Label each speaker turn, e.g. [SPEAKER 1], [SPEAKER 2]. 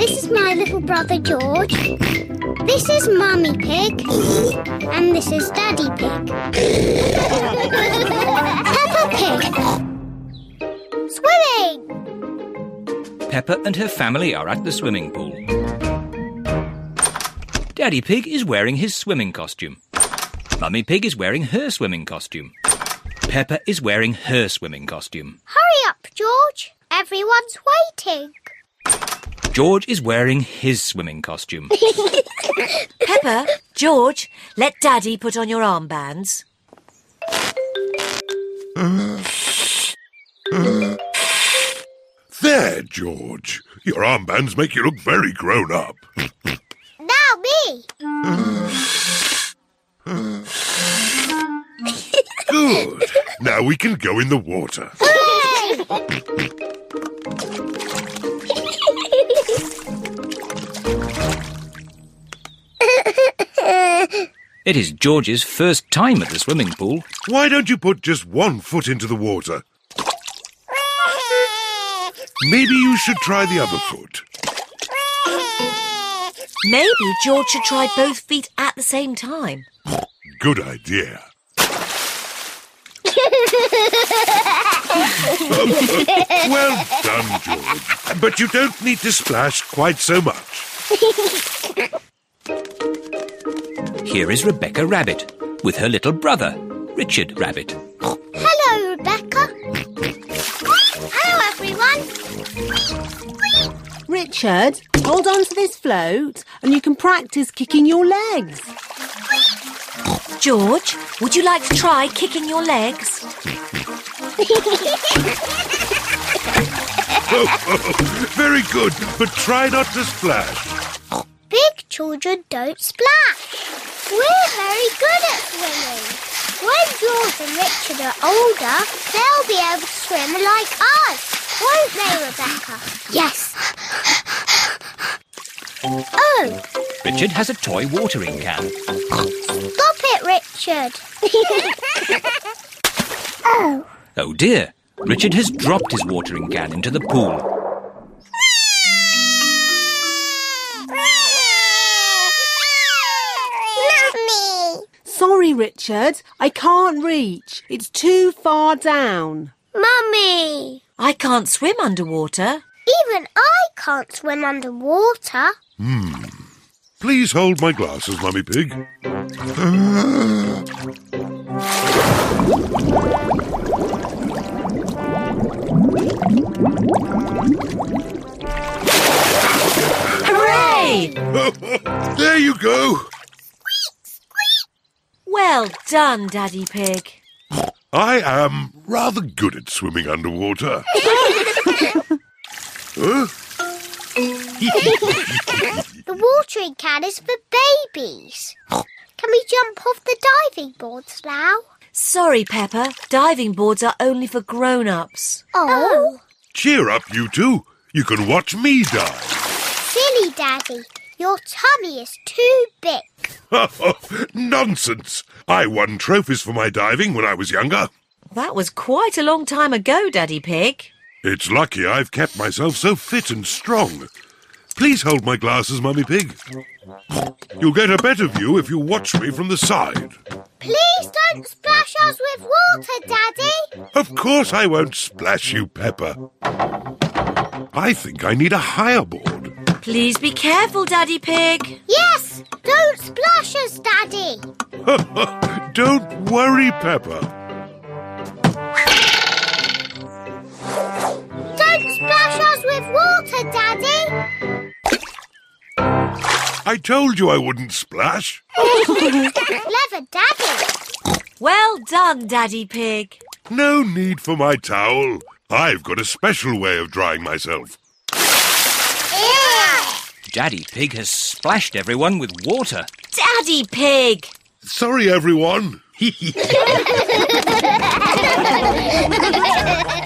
[SPEAKER 1] is my little brother George. This is Mummy Pig. And this is Daddy Pig. Peppa Pig. Swimming!
[SPEAKER 2] Peppa and her family are at the swimming pool. Daddy Pig is wearing his swimming costume. Mummy Pig is wearing her swimming costume. Peppa is wearing her swimming costume.
[SPEAKER 1] Hurry up, George. Everyone's waiting.
[SPEAKER 2] George is wearing his swimming costume.
[SPEAKER 3] Pepper, George, let Daddy put on your armbands.
[SPEAKER 4] There, George. Your armbands make you look very grown up.
[SPEAKER 1] Now me.
[SPEAKER 4] Good. now we can go in the water.
[SPEAKER 2] It is George's first time at the swimming pool.
[SPEAKER 4] Why don't you put just one foot into the water? Maybe you should try the other foot.
[SPEAKER 3] Maybe George should try both feet at the same time.
[SPEAKER 4] Good idea. Well done, George. But you don't need to splash quite so much.
[SPEAKER 2] Here is Rebecca Rabbit with her little brother, Richard Rabbit.
[SPEAKER 1] Hello, Rebecca. Hello, everyone.
[SPEAKER 5] Richard, hold on to this float and you can practice kicking your legs.
[SPEAKER 3] George, would you like to try kicking your legs?
[SPEAKER 4] Very good, but try not to splash.
[SPEAKER 1] Big children don't splash. We're very good at swimming. When George and Richard are older, they'll be able to swim like us, won't they, Rebecca? Yes. Oh,
[SPEAKER 2] Richard has a toy watering can.
[SPEAKER 1] stop it, Richard. oh,
[SPEAKER 2] Oh dear, Richard has dropped his watering can into the pool.
[SPEAKER 1] Mummy.
[SPEAKER 5] Sorry, Richard, I can't reach. It's too far down.
[SPEAKER 1] Mummy.
[SPEAKER 3] I can't swim underwater.
[SPEAKER 1] Even I can't swim underwater.
[SPEAKER 4] Please hold my glasses, Mummy Pig.
[SPEAKER 3] Hooray!
[SPEAKER 4] There you go.
[SPEAKER 3] Well done, Daddy Pig.
[SPEAKER 4] I am rather good at swimming underwater. Huh?
[SPEAKER 1] The watering can is for babies. Can we jump off the diving boards now?
[SPEAKER 3] Sorry, Pepper, diving boards are only for grown ups.
[SPEAKER 1] Oh,
[SPEAKER 4] Cheer up, you two. You can watch me die.
[SPEAKER 1] silly daddy, your tummy is too big.
[SPEAKER 4] Nonsense. I won trophies for my diving when I was younger.
[SPEAKER 3] That was quite a long time ago, Daddy Pig.
[SPEAKER 4] It's lucky I've kept myself so fit and strong. Please hold my glasses, Mummy Pig. You'll get a better view if you watch me from the side.
[SPEAKER 1] Please don't splash us with water, daddy.
[SPEAKER 4] Of course I won't splash you, Pepper. I think I need a higher board.
[SPEAKER 3] Please be careful, Daddy Pig.
[SPEAKER 1] Yes, don't splash us, daddy.
[SPEAKER 4] Don't worry, Pepper.
[SPEAKER 1] Don't splash us with water, daddy.
[SPEAKER 4] I told you I wouldn't splash.
[SPEAKER 1] Clever daddy.
[SPEAKER 3] Well done, Daddy Pig.
[SPEAKER 4] No need for my towel. I've got a special way of drying myself.
[SPEAKER 2] Daddy Pig has splashed everyone with water.
[SPEAKER 3] Daddy Pig.
[SPEAKER 4] Sorry, everyone.
[SPEAKER 1] Ew.